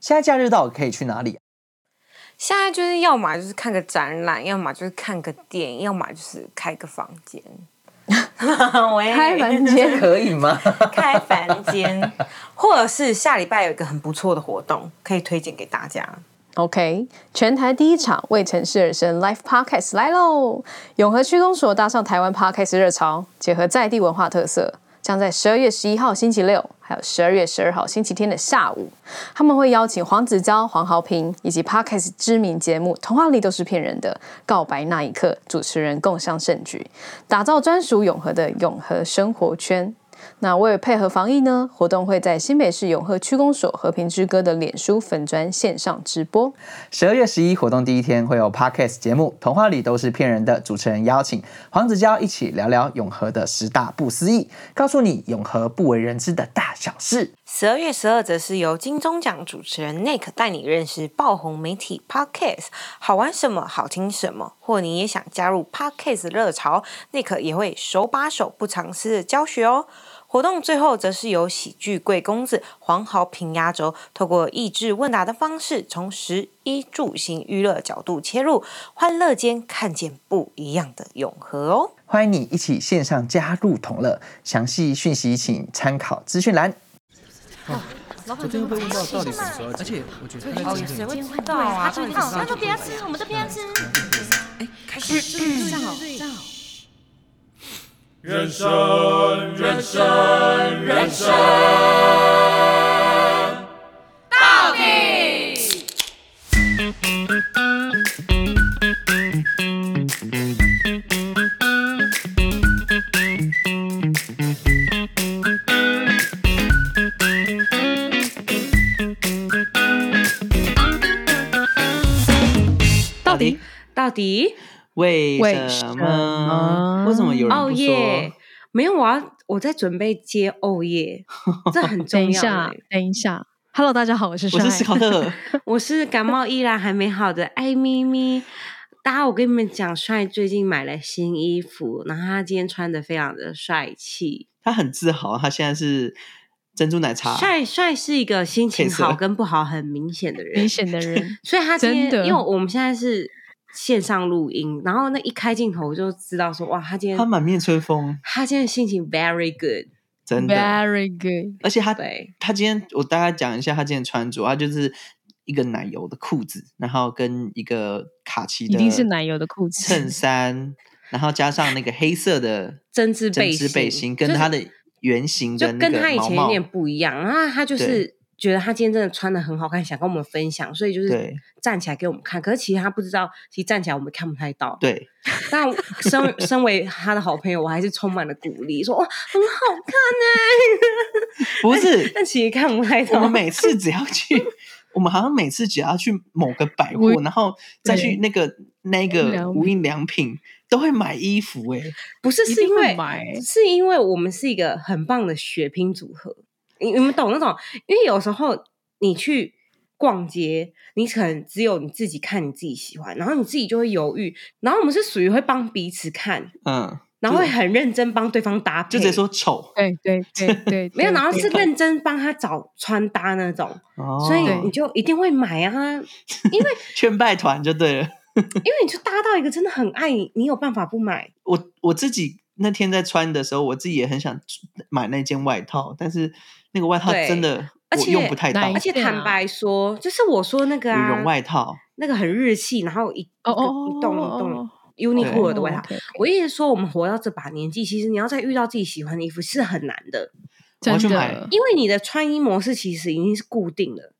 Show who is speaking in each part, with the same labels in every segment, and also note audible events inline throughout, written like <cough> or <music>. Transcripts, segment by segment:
Speaker 1: 现在假日到底可以去哪里、啊？
Speaker 2: 现在就是要么就是看个展览，要么就是看个电影，要么就是开个房 <laughs> 间。喂
Speaker 3: 开房
Speaker 4: 哎
Speaker 3: 间
Speaker 1: 可以吗？
Speaker 2: 开房间， <laughs> 或者是下礼拜有一个很不错的活动，可以推荐给大家。
Speaker 3: <laughs> OK，全台第一场为城市而生 Live Podcast 来喽！永和区公所搭上台湾 Podcast 热潮，结合在地文化特色，将在十二月十一号星期六，还有十二月十二号星期天的下午，他们会邀请黄子佼、黄豪平以及 Podcast 知名节目《童话里都是骗人的》告白那一刻主持人共襄盛举，打造专属永和的永和生活圈。那为了配合防疫呢，活动会在新北市永和区公所和平之歌的脸书粉砖线上直播。
Speaker 1: <laughs> 十二月十一活动第一天会有 podcast 节目《童话里都是骗人的》，主持人邀请黄子佼一起聊聊永和的十大不思议，告诉你永和不为人知的大小事。
Speaker 2: 十二月十二则是由金钟奖主持人 Nick 带你认识爆红媒体 Podcast，好玩什么，好听什么，或你也想加入 Podcast 热潮，Nick 也会手把手不藏私的教学哦。活动最后则是由喜剧贵公子黄豪平压轴，透过益智问答的方式，从食衣住行娱乐角度切入，欢乐间看见不一样的永和哦。
Speaker 1: 欢迎你一起线上加入同乐，详细讯息请参考资讯栏。
Speaker 5: 昨天又被问到到底什么时候要结，而且我觉得他今天
Speaker 2: 会到啊？到底
Speaker 6: 好，那就不要吃，我们就不要吃。
Speaker 7: 人生，人生，人生。
Speaker 4: 到底
Speaker 2: 到底
Speaker 4: 为
Speaker 3: 为
Speaker 4: 什
Speaker 3: 什
Speaker 4: 么
Speaker 3: 么？
Speaker 4: 为什么有人
Speaker 2: 哦
Speaker 4: 不说
Speaker 2: 耶？，没有，我要我在准备接哦耶，
Speaker 4: <laughs>
Speaker 2: 这很重
Speaker 3: 等
Speaker 2: 要。
Speaker 3: 一下，等一下，Hello，大家好，我是
Speaker 4: 我
Speaker 3: 帅
Speaker 4: 是史考特，
Speaker 2: 我是感冒依然还没好的艾咪咪。大家，我跟你们讲，帅最近买了新衣服，然后他今天穿的非常的帅气。
Speaker 4: <laughs> 他很自豪，他现在是珍珠奶茶。
Speaker 2: 帅帅是一个心情
Speaker 4: 配色
Speaker 2: 好跟不好很明显的人，
Speaker 3: 明，显的人
Speaker 2: <laughs> 所以他今天，
Speaker 3: 真的
Speaker 2: 因为我们现在是线上录音，然后那一开镜头我就知道说，哇，他今天
Speaker 4: 他满面春风，
Speaker 2: 他今天心情 very good，
Speaker 4: 真的。
Speaker 3: Very good，
Speaker 4: 而且他
Speaker 2: 对
Speaker 4: 他今天我大概讲一下他今天穿着，他就是一个奶油的裤子，然后跟一个卡其的，
Speaker 3: 一定是奶油的裤子
Speaker 4: 衬衫，然后加上那个黑色的
Speaker 2: 针织
Speaker 4: 针
Speaker 2: 背
Speaker 4: 织背
Speaker 2: 心
Speaker 4: 心，跟
Speaker 2: 就是
Speaker 4: 他的圆形
Speaker 2: 就
Speaker 4: 的那
Speaker 2: 跟
Speaker 4: 个
Speaker 2: 他以
Speaker 4: 毛
Speaker 2: 前有
Speaker 4: 毛
Speaker 2: 点不一样。然后他就是觉得他今天真的穿的很好看，想跟我们分享，所以就是
Speaker 4: 对
Speaker 2: 站起来给我们看。可是其实他不知道，其实站起来我们看不太到。
Speaker 4: 对，
Speaker 2: 但
Speaker 4: <laughs>
Speaker 2: 身身为他的好朋友，我还是充满了鼓励，说哇很好看呢、<laughs>
Speaker 4: 不是
Speaker 2: 但其实看不太
Speaker 4: <laughs> 我
Speaker 2: 到
Speaker 4: 们。每次只要去， <laughs> 我们好像每次只要去某个百货，然后再去那个那个
Speaker 3: 良
Speaker 4: 无印良品，都会买衣服哎、
Speaker 2: 不是
Speaker 3: 一
Speaker 2: 是
Speaker 3: 定
Speaker 2: 因
Speaker 3: 会
Speaker 2: 为
Speaker 3: 买
Speaker 2: 是因为我们是一个很棒的血拼组合，你你们懂那种？因为有时候你去逛街，你可能只有你自己看你自己喜欢，然后你自己就会犹豫，然后我们是属于会帮彼此看，
Speaker 4: 嗯，
Speaker 2: 然后会很认真帮对方搭配，
Speaker 4: 就直接说嗯丑，
Speaker 3: 对对对对，
Speaker 2: <laughs> 没有，然后
Speaker 3: 对
Speaker 2: 是认真帮他找穿搭那种，
Speaker 4: 哦、
Speaker 2: 所以
Speaker 3: 对
Speaker 2: 你就一定会买
Speaker 4: <laughs>
Speaker 2: 啊，因为
Speaker 4: 劝败团就对了。
Speaker 2: 因为你就搭到一个真的很爱你，你有办法不买？
Speaker 4: 我我自己那天在穿的时候，我自己也很想买那件外套，但是那个外套
Speaker 2: 对
Speaker 4: 真的
Speaker 2: 而
Speaker 4: 我
Speaker 2: 且
Speaker 4: 用不太到
Speaker 3: 哪一
Speaker 2: 而，且
Speaker 3: 件啊
Speaker 2: 坦白说，就是我说那个
Speaker 4: 羽
Speaker 2: 啊，
Speaker 4: 绒外套。
Speaker 2: 那个很日系，然后一一
Speaker 3: 哦
Speaker 2: 个
Speaker 3: 哦哦
Speaker 2: 一栋一栋 Uniqlo 的外套。我一直说，我们活到这把年纪，其实你要再遇到自己喜欢的衣服是很难的，
Speaker 4: 我要去
Speaker 3: 真
Speaker 4: 买
Speaker 3: 的
Speaker 2: 因为你的穿衣模式其实已经是固定了。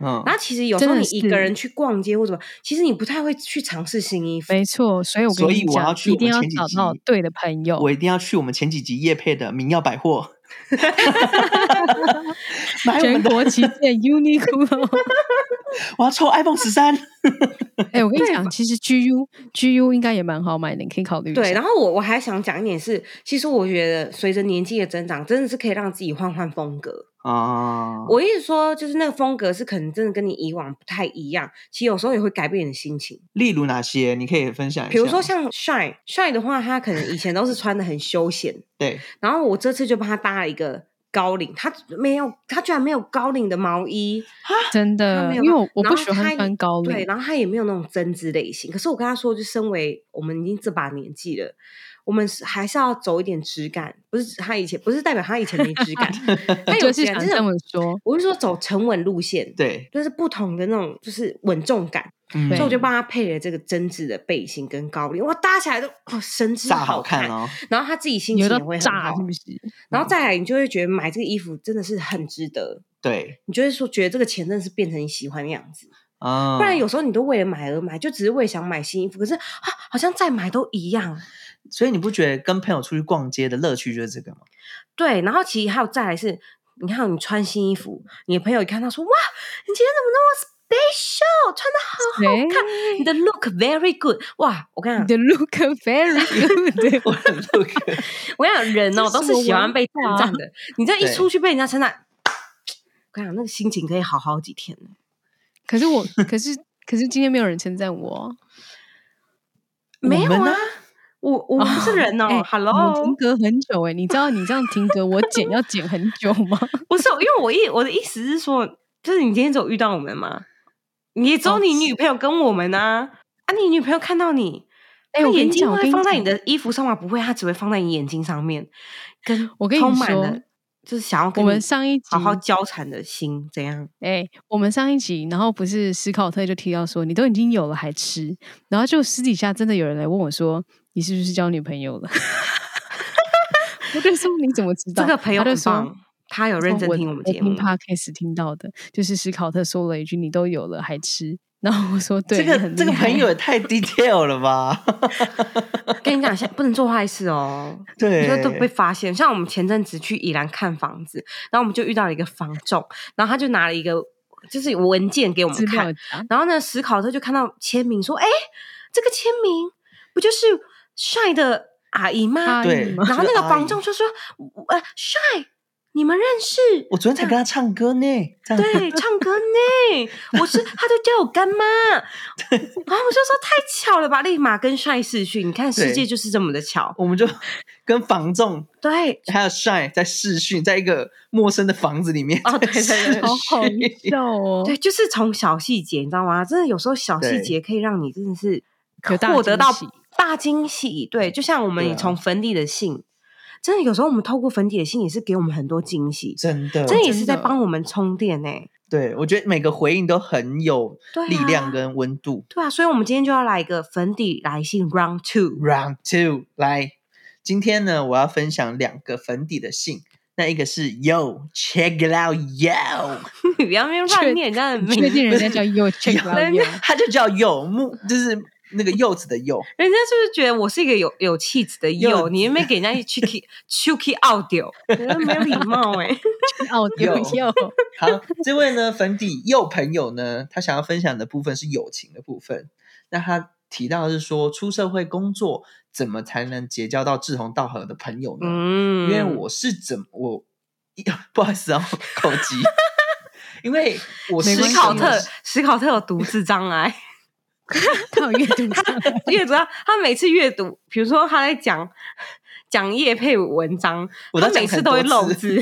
Speaker 4: 嗯，
Speaker 2: 然后其实有时候
Speaker 3: 真
Speaker 2: 你
Speaker 3: 的
Speaker 2: 一个
Speaker 3: 是
Speaker 2: 人去逛街或者什么，其实你不太会去尝试新衣服。
Speaker 3: 没错，所以我跟
Speaker 4: 所以
Speaker 3: 你
Speaker 4: 我要
Speaker 3: 讲，
Speaker 4: 去
Speaker 3: 一
Speaker 4: 我
Speaker 3: 定
Speaker 4: 们
Speaker 3: 要
Speaker 4: 前几
Speaker 3: 找到
Speaker 4: 集
Speaker 3: 对的朋友
Speaker 4: 我。一定要去我们前几集夜配的明耀百货，买我
Speaker 3: 全
Speaker 4: 们的，
Speaker 3: 国旗舰 Uniqlo，
Speaker 4: <laughs> 我要抽 iPhone 十三。
Speaker 3: 哎、我跟你讲，其实 GU GU 应该也蛮好买的，你可以考虑一
Speaker 2: 对，
Speaker 3: 下
Speaker 2: 然后我我还想讲一点是，其实我觉得随着年纪的增长，真的是可以让自己换换风格。
Speaker 4: 哦，
Speaker 2: 我一直说，就是那个风格是可能真的跟你以往不太一样，其实有时候也会改变你的心情。
Speaker 4: 例如哪些？你可以分享一下。
Speaker 2: 比如说像 Shy Shy 的话，他可能以前都是穿的很休闲，
Speaker 4: 对
Speaker 2: 然后我这次就帮他搭了一个高领，他没有，他居然没有高领的毛衣，
Speaker 3: 真
Speaker 2: 他
Speaker 3: 的，
Speaker 2: 没
Speaker 3: 因
Speaker 2: 有，
Speaker 3: 为我我
Speaker 2: 然
Speaker 3: 不
Speaker 2: 后
Speaker 3: 喜
Speaker 2: 他
Speaker 3: 欢
Speaker 2: 也
Speaker 3: 穿高
Speaker 2: 对，
Speaker 3: 领，
Speaker 2: 然后他也没有那种针织类型。可是我跟他说，就身为我们已经这把年纪了，我们是还是要走一点质感，不是他以前不是代表他以前没
Speaker 3: <laughs>
Speaker 2: 质感，他有
Speaker 3: 就是
Speaker 2: 质
Speaker 3: 想
Speaker 2: 感，
Speaker 3: 这
Speaker 2: 种
Speaker 3: 么说。
Speaker 2: 我是说走沉稳路线，
Speaker 4: 对，
Speaker 2: 就是不同的那种，就是稳重感。
Speaker 4: 嗯
Speaker 3: 对
Speaker 2: 所以我就帮他配了这个针织的背心跟高领，哇，搭起来都哦神之
Speaker 4: 炸好
Speaker 2: 看
Speaker 4: 看。哦，
Speaker 2: 然后他自己心情
Speaker 3: 有
Speaker 2: 也
Speaker 3: 到
Speaker 2: 会很
Speaker 3: 炸
Speaker 2: 好
Speaker 3: 是，不是？
Speaker 2: 然后再来你就会觉得买这个衣服真的是很值得，
Speaker 4: 对
Speaker 2: 你就会说觉得这个钱真的是变成你喜欢的样子。
Speaker 4: 啊，
Speaker 2: 不然有时候你都为了买而买，就只是为想买新衣服，可是啊，好像再买都一样。
Speaker 4: 所以你不觉得跟朋友出去逛街的乐趣就是这
Speaker 2: <laughs>
Speaker 4: 个吗？
Speaker 2: 对，然后其实还有再来是，你看你穿新衣服，你的朋友一看到说哇，你今天怎么那么 special，穿的好
Speaker 3: 哎
Speaker 2: 好看，你的 look very good，哇，我跟你
Speaker 3: 你
Speaker 2: 讲，
Speaker 3: 的 look <laughs> very
Speaker 2: <laughs>
Speaker 3: good，
Speaker 4: 我很 look，
Speaker 2: 我跟你讲，人哦
Speaker 3: 这
Speaker 2: 都
Speaker 3: 是
Speaker 2: 是
Speaker 3: 什么
Speaker 2: 喜欢
Speaker 3: 文
Speaker 2: 被称
Speaker 3: 化啊
Speaker 2: 赞的，你这一
Speaker 4: 对
Speaker 2: 出去被人家称赞。我跟你讲，那个心情可以好好几天呢
Speaker 3: 可是我，可是可是今天没有人称赞我，
Speaker 2: 没有
Speaker 4: 我们呢
Speaker 2: 啊，我我不是人
Speaker 3: 哎
Speaker 2: 哦
Speaker 3: 我停
Speaker 2: ，Hello，
Speaker 3: 格很久哎，你知道你这样停格，我剪要剪很久吗？ <laughs>
Speaker 2: 不是，因为我意我的意思是说，就是你今天只有遇到我们嘛，你也只有
Speaker 3: 哦
Speaker 2: 你女朋友跟我们呐、啊。你女朋友看到你，
Speaker 3: 哎
Speaker 2: 她
Speaker 3: 我跟
Speaker 2: 眼
Speaker 3: 你
Speaker 2: 睛
Speaker 3: 讲我跟
Speaker 2: 会
Speaker 3: 你
Speaker 2: 放在
Speaker 3: 讲
Speaker 2: 你的衣服上吗？不会，她只会放在你眼睛上面。跟
Speaker 3: 我跟你
Speaker 2: 充满
Speaker 3: 说
Speaker 2: 了就是想要
Speaker 3: 我
Speaker 2: 跟
Speaker 3: 们
Speaker 2: 你
Speaker 3: 上一集
Speaker 2: 好好交缠的心，怎样？
Speaker 3: 哎、我们上一集，然后不是史考特就提到说，你都已经有了还吃，然后就私底下真的有人来问我说，你是不是交女朋友了？ <laughs> 我就说你怎么知道？
Speaker 2: 这个朋友
Speaker 3: 他
Speaker 2: 很
Speaker 3: 就说
Speaker 2: 棒，，他有
Speaker 3: 他
Speaker 2: 认
Speaker 3: 说
Speaker 2: 真听我们节目
Speaker 3: 哦听。podcast 听到的，就是史考特说了一句，你都有了还吃。然后我说，对，
Speaker 4: <laughs> 这
Speaker 3: 你
Speaker 4: 个
Speaker 3: 很
Speaker 4: 这个
Speaker 3: 厉害
Speaker 4: 朋友也太 detail 了吧？
Speaker 2: 跟你讲，现在不能做坏事
Speaker 3: <laughs>
Speaker 2: 哦。 <laughs> 你
Speaker 4: 对
Speaker 2: 说，都被发现。像我们前阵子去宜兰看房子，然后我们就遇到了一个房仲，然后他就拿了一个就是文件给我们
Speaker 3: 资
Speaker 2: 看
Speaker 3: 料，夹，
Speaker 2: 然后呢，史考特就看到签名说：“哎，这个签名不就是帅的阿姨吗？”
Speaker 3: 阿姨
Speaker 4: 对，啊
Speaker 3: 吗
Speaker 2: 然后那个房仲
Speaker 4: 中，
Speaker 2: 就说：“呃，帅，你们认识？
Speaker 4: 我昨天才跟他唱
Speaker 2: <laughs>
Speaker 4: 歌呢，这样
Speaker 2: 对，唱歌呢，我是他就叫我干妈，然后我就说太巧了吧，立马跟帅视讯，你看世界
Speaker 4: 对
Speaker 2: 就是这么的巧，
Speaker 4: <laughs> 我们就跟房仲
Speaker 2: 对，
Speaker 4: 还有 Shine 在试训，在一个陌生的房子里面
Speaker 2: 哦对对对
Speaker 4: 在试
Speaker 3: 好好
Speaker 4: 训
Speaker 3: 笑哦。
Speaker 2: 对，就是从小细节，你知道吗？真的有时候小细
Speaker 4: 对
Speaker 2: 节可以让你真的是
Speaker 3: 有大
Speaker 2: 获得
Speaker 3: 惊
Speaker 2: 到
Speaker 3: 喜
Speaker 2: 大惊喜。对，就像我们
Speaker 4: 对
Speaker 2: 也
Speaker 4: 啊
Speaker 2: 从粉底的信，真的有时候我们透过粉底的信也是给我们很多惊喜，
Speaker 4: 真的，
Speaker 2: 这也是
Speaker 3: 真
Speaker 2: 在
Speaker 3: 的
Speaker 2: 帮我们充电呢、
Speaker 4: 对我觉得每个回应都很有
Speaker 2: 对啊
Speaker 4: 力量跟温度。
Speaker 2: 对啊，所以我们今天就要来一个粉底来信 Round Two。 <laughs>
Speaker 4: Round Two，来，今天呢，我要分享两个粉底的信，那一个是 Yo Check It Out Yo，
Speaker 2: 你不要那边
Speaker 3: 确
Speaker 2: 乱念人家的
Speaker 3: <laughs> 你确
Speaker 2: 名
Speaker 3: 定人家
Speaker 2: 字，
Speaker 3: 叫 you check
Speaker 2: 人
Speaker 3: out
Speaker 2: 家
Speaker 3: you？
Speaker 4: 它就叫 Yo 木，就是那个柚子的柚。
Speaker 2: 人家是不是觉得我是一个有有气质的
Speaker 4: 有
Speaker 2: 有？你又没给人家一 chucky chucky
Speaker 3: <laughs>
Speaker 2: audio，觉得没有礼貌哎、
Speaker 3: 哦，有
Speaker 4: 有
Speaker 3: 有，
Speaker 4: 好，这位呢粉底柚朋友呢，他想要分享的部分是友情的部分。那他提到的是说，出社会工作怎么才能结交到志同道合的朋友呢？
Speaker 2: 嗯，
Speaker 4: 因为我是怎么我 <laughs> 不好意思啊，口急， <laughs> 因为我
Speaker 3: 没
Speaker 4: 是
Speaker 3: 关
Speaker 2: 史
Speaker 3: 系
Speaker 2: 考
Speaker 4: 什么
Speaker 2: 特史考特有读字障碍。
Speaker 3: 他有阅读
Speaker 2: <laughs>
Speaker 3: 障碍。
Speaker 2: 阅读到他每次阅读，比如说他在讲讲叶配文章，
Speaker 4: 我
Speaker 2: 他
Speaker 4: 都讲
Speaker 2: 每次
Speaker 4: 很
Speaker 2: 都
Speaker 4: 多
Speaker 2: 会漏
Speaker 4: 次
Speaker 2: 字，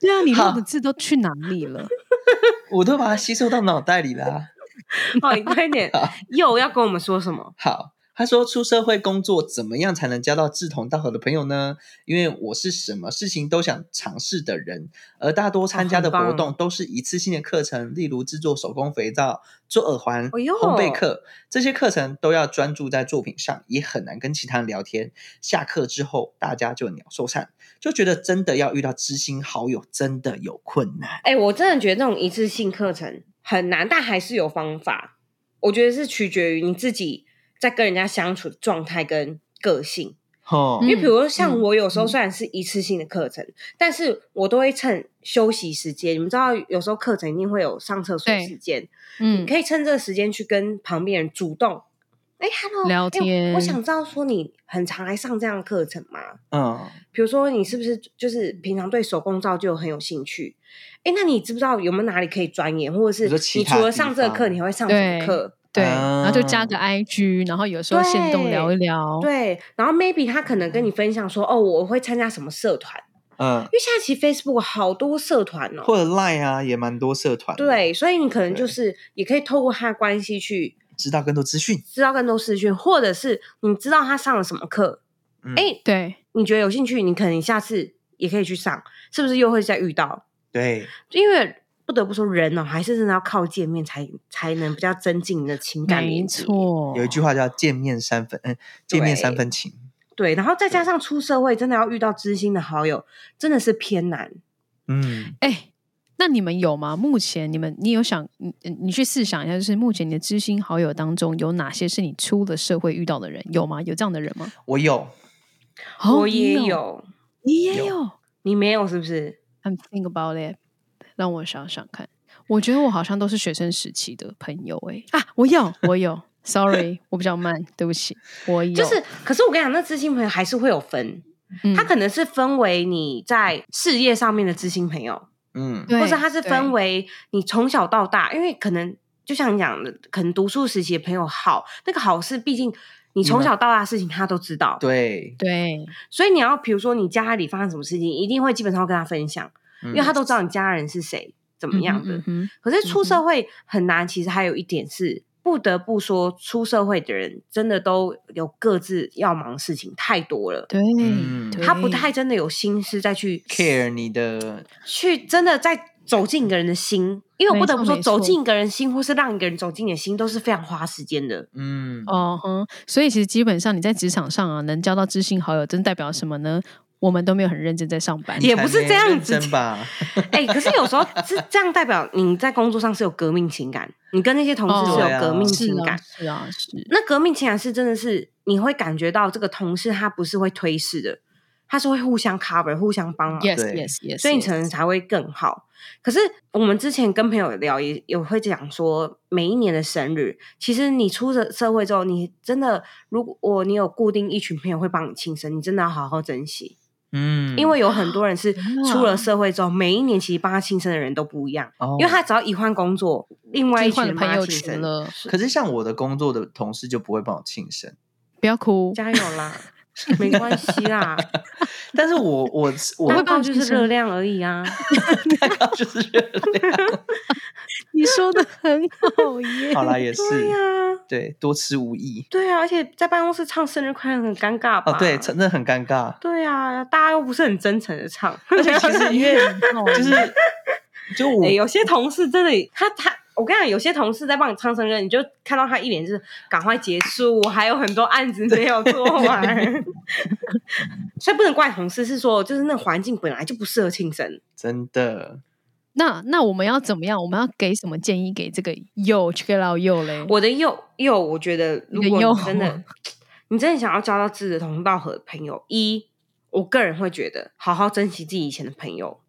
Speaker 3: 对啊，你漏
Speaker 4: 好
Speaker 3: 的字都去哪里了？
Speaker 4: 我都把它吸收到脑袋里啦、
Speaker 2: 哦，你快点
Speaker 4: <laughs> 好，
Speaker 2: 又要跟我们说什么？
Speaker 4: 好，他说出社会工作怎么样才能交到志同道合的朋友呢？因为我是什么事情都想尝试的人，而大多参加的活
Speaker 2: 哦很
Speaker 4: 动
Speaker 2: 棒
Speaker 4: 都是一次性的课程，例如制作手工肥皂、做耳环、
Speaker 2: 哎呦
Speaker 4: 烘焙课，这些课程都要专注在作品上，也很难跟其他人聊天。下课之后，大家就鸟兽散，就觉得真的要遇到知心好友真的有困难。
Speaker 2: 哎、我真的觉得这种一次性课程很难，但还是有方法。我觉得是取决于你自己在跟人家相处的状态跟个性。
Speaker 4: 哦
Speaker 2: 因为比如说
Speaker 3: 嗯
Speaker 2: 像我有时候
Speaker 3: 嗯
Speaker 2: 虽然是一次性的课程，但是我都会趁休息时间。你们知道，有时候课程一定会有上厕所
Speaker 3: 对
Speaker 2: 时间，你
Speaker 3: 嗯，
Speaker 2: 可以趁这个时间去跟旁边人主动，哎，hello，
Speaker 3: 聊
Speaker 2: 哎我
Speaker 3: 天
Speaker 2: 我想知道说你很常来上这样的课程吗？
Speaker 4: 嗯，
Speaker 2: 比如说你是不是就是平常对手工造就很有兴趣？哎，那你知不知道有没有哪里可以钻研，或者
Speaker 4: 你说
Speaker 2: 是
Speaker 4: 其
Speaker 2: 你
Speaker 4: 他
Speaker 2: 除了
Speaker 4: 地
Speaker 2: 上这个课，
Speaker 4: 方
Speaker 2: 你还会上什么
Speaker 3: 对
Speaker 2: 课？
Speaker 3: 对，
Speaker 4: 啊
Speaker 3: 然后就加个 IG，然后有时候线动聊一聊，
Speaker 2: 对，然后 maybe 他可能跟你分享说，哦，我会参加什么社团，
Speaker 4: 嗯，
Speaker 2: 因为现在其实 Facebook 好多社团哦，
Speaker 4: 或者 Line 啊，也蛮多社团的，
Speaker 2: 对，所以你可能就
Speaker 4: 对
Speaker 2: 是也可以透过他的关系去
Speaker 4: 知道更多资讯。
Speaker 2: 知道更多资讯，或者是你知道他上了什么课，
Speaker 4: 嗯
Speaker 2: 哎、
Speaker 3: 对，
Speaker 2: 你觉得有兴趣，你可能下次也可以去上，是不是又会再遇到？
Speaker 4: 对，
Speaker 2: 因为不得不说，人哦，还是真的要靠见面才才能比较增进你的情感
Speaker 3: 没
Speaker 2: 连接。
Speaker 3: 错，
Speaker 4: 有一句话叫“见面三分”，嗯，见面三
Speaker 2: 对
Speaker 4: 分情。
Speaker 2: 对，然后再加上出社会，真的要遇到知心的好友，真的是偏难。
Speaker 4: 嗯，
Speaker 3: 哎、那你们有吗？目前你们，你有想，你你去试想一下，就是目前你的知心好友当中，有哪些是你出了社会遇到的人？有吗？有这样的人吗？
Speaker 4: 我有，
Speaker 3: 哦
Speaker 2: 我也，
Speaker 3: 你有，
Speaker 2: 有，
Speaker 3: 你也
Speaker 4: 有
Speaker 3: 有。
Speaker 2: 你没有是不是？
Speaker 3: I'm think about it，让我想想看。我觉得我好像都是学生时期的朋友哎、啊，我有，我有。Sorry，我比
Speaker 2: <laughs>
Speaker 3: 较慢，对不起，我有。
Speaker 2: 就是，可是我跟你讲，那知心朋友还是会有分，
Speaker 3: 嗯
Speaker 2: 他可能是分为你在事业上面的知心朋友，
Speaker 4: 嗯，
Speaker 3: 对
Speaker 2: 或是他是分
Speaker 3: 对
Speaker 2: 为你从小到大，因为可能就像你讲的，可能读书时期的朋友好，那个好是毕竟你从小到大的事情他都知道，
Speaker 4: 对，
Speaker 3: 对，
Speaker 2: 所以你要比如说你家里发生什么事情，一定会基本上要跟他分享，
Speaker 4: 因
Speaker 2: 因为他都知道你家人是谁怎么样
Speaker 3: 嗯
Speaker 2: 的。
Speaker 3: 哼嗯哼
Speaker 2: 可是出社会很难，其实还有一点是。不得不说，出社会的人真的都有各自要忙的事情太多了。
Speaker 3: 对，
Speaker 4: 嗯
Speaker 3: 对
Speaker 2: 他不太真的有心思再去
Speaker 4: care 你的，
Speaker 2: 去真的再走进一个人的心，因为我不得不说，
Speaker 3: 没错
Speaker 2: 走进一个人心，或是让一个人走进你的心，都是非常花时间的。
Speaker 4: 嗯，
Speaker 3: 哦哼，所以其实基本上你在职场上啊，能交到知心好友，真代表什么呢？我们都没有很欸认真在上班
Speaker 4: 你，
Speaker 2: 也
Speaker 4: 才
Speaker 2: 不是
Speaker 4: 没
Speaker 2: 这样
Speaker 4: 认
Speaker 2: 子
Speaker 4: 真吧？
Speaker 2: 哎、可是有时候是 <laughs> 这样，代表你在工作上是有革命情感，你跟那些同事
Speaker 3: 哦
Speaker 2: 是
Speaker 4: 对
Speaker 2: 有
Speaker 4: 啊
Speaker 2: 革命
Speaker 3: 是
Speaker 2: 情
Speaker 3: 啊，
Speaker 2: 感。
Speaker 3: 是啊，是。
Speaker 2: 那革命情感是真的是你会感觉到这个同事他不是会推事的，他是会互相 cover、互相帮忙的。
Speaker 3: Yes,
Speaker 4: 对
Speaker 3: yes, yes。
Speaker 2: 所以你可能才会更好。可是我们之前跟朋友聊，也也会讲说，每一年的生日，其实你出了社会之后，你真的如果你有固定一群朋友会帮你庆生，你真的要好好珍惜，
Speaker 4: 嗯，
Speaker 2: 因为有很多人是
Speaker 3: 啊
Speaker 2: 出了社会之后，每一年其实帮他庆生的人都不一样，
Speaker 4: 哦
Speaker 2: 因为他只要一换工作，另外一
Speaker 3: 换了
Speaker 2: 群帮
Speaker 3: 朋
Speaker 2: 他
Speaker 3: 友
Speaker 2: 庆
Speaker 3: 圈
Speaker 2: 生，
Speaker 3: 了，
Speaker 4: 可是像我的工作的同事就不会帮我庆生。
Speaker 3: 不要哭。
Speaker 2: 加油
Speaker 3: <laughs>
Speaker 2: 啦！没关系啦，
Speaker 4: 但是我我我
Speaker 2: 蛋
Speaker 3: 会帮
Speaker 2: 糕
Speaker 3: 你
Speaker 2: 就
Speaker 3: 庆
Speaker 2: 是
Speaker 3: 生
Speaker 2: 热量而已啊。
Speaker 4: 蛋糕就是热量，
Speaker 3: 你说的
Speaker 2: <laughs>
Speaker 3: 很好耶。
Speaker 4: 好啦，也
Speaker 2: 对呀
Speaker 4: 是，、对，多吃无益
Speaker 2: 对啊，而且在办公室唱生日快乐很尴尬吧？
Speaker 4: 哦，对，真的很尴尬，
Speaker 2: 对啊，大家又不是很真诚的唱，
Speaker 4: 而且
Speaker 2: <laughs>
Speaker 4: 其实因 <laughs> 为就是就我
Speaker 2: 哎、有些同事真的，他他，我跟你讲，有些同事在帮你唱生日，你就看到他一脸就是赶快结束，我还有很多案子没有做完，所以不能怪同事，是说就是那环境本来就不适合庆生。
Speaker 4: 真的
Speaker 3: 那那我们要怎么样？我们要给什么建议给这个幼去给老幼嘞？
Speaker 2: 我的右右，我觉得如
Speaker 3: 你的
Speaker 2: 果
Speaker 3: 右
Speaker 2: 你真
Speaker 4: <laughs>
Speaker 2: 的，你真的想要交到志同道合的朋友，一，我个人会觉得好好珍惜自己以前的朋友，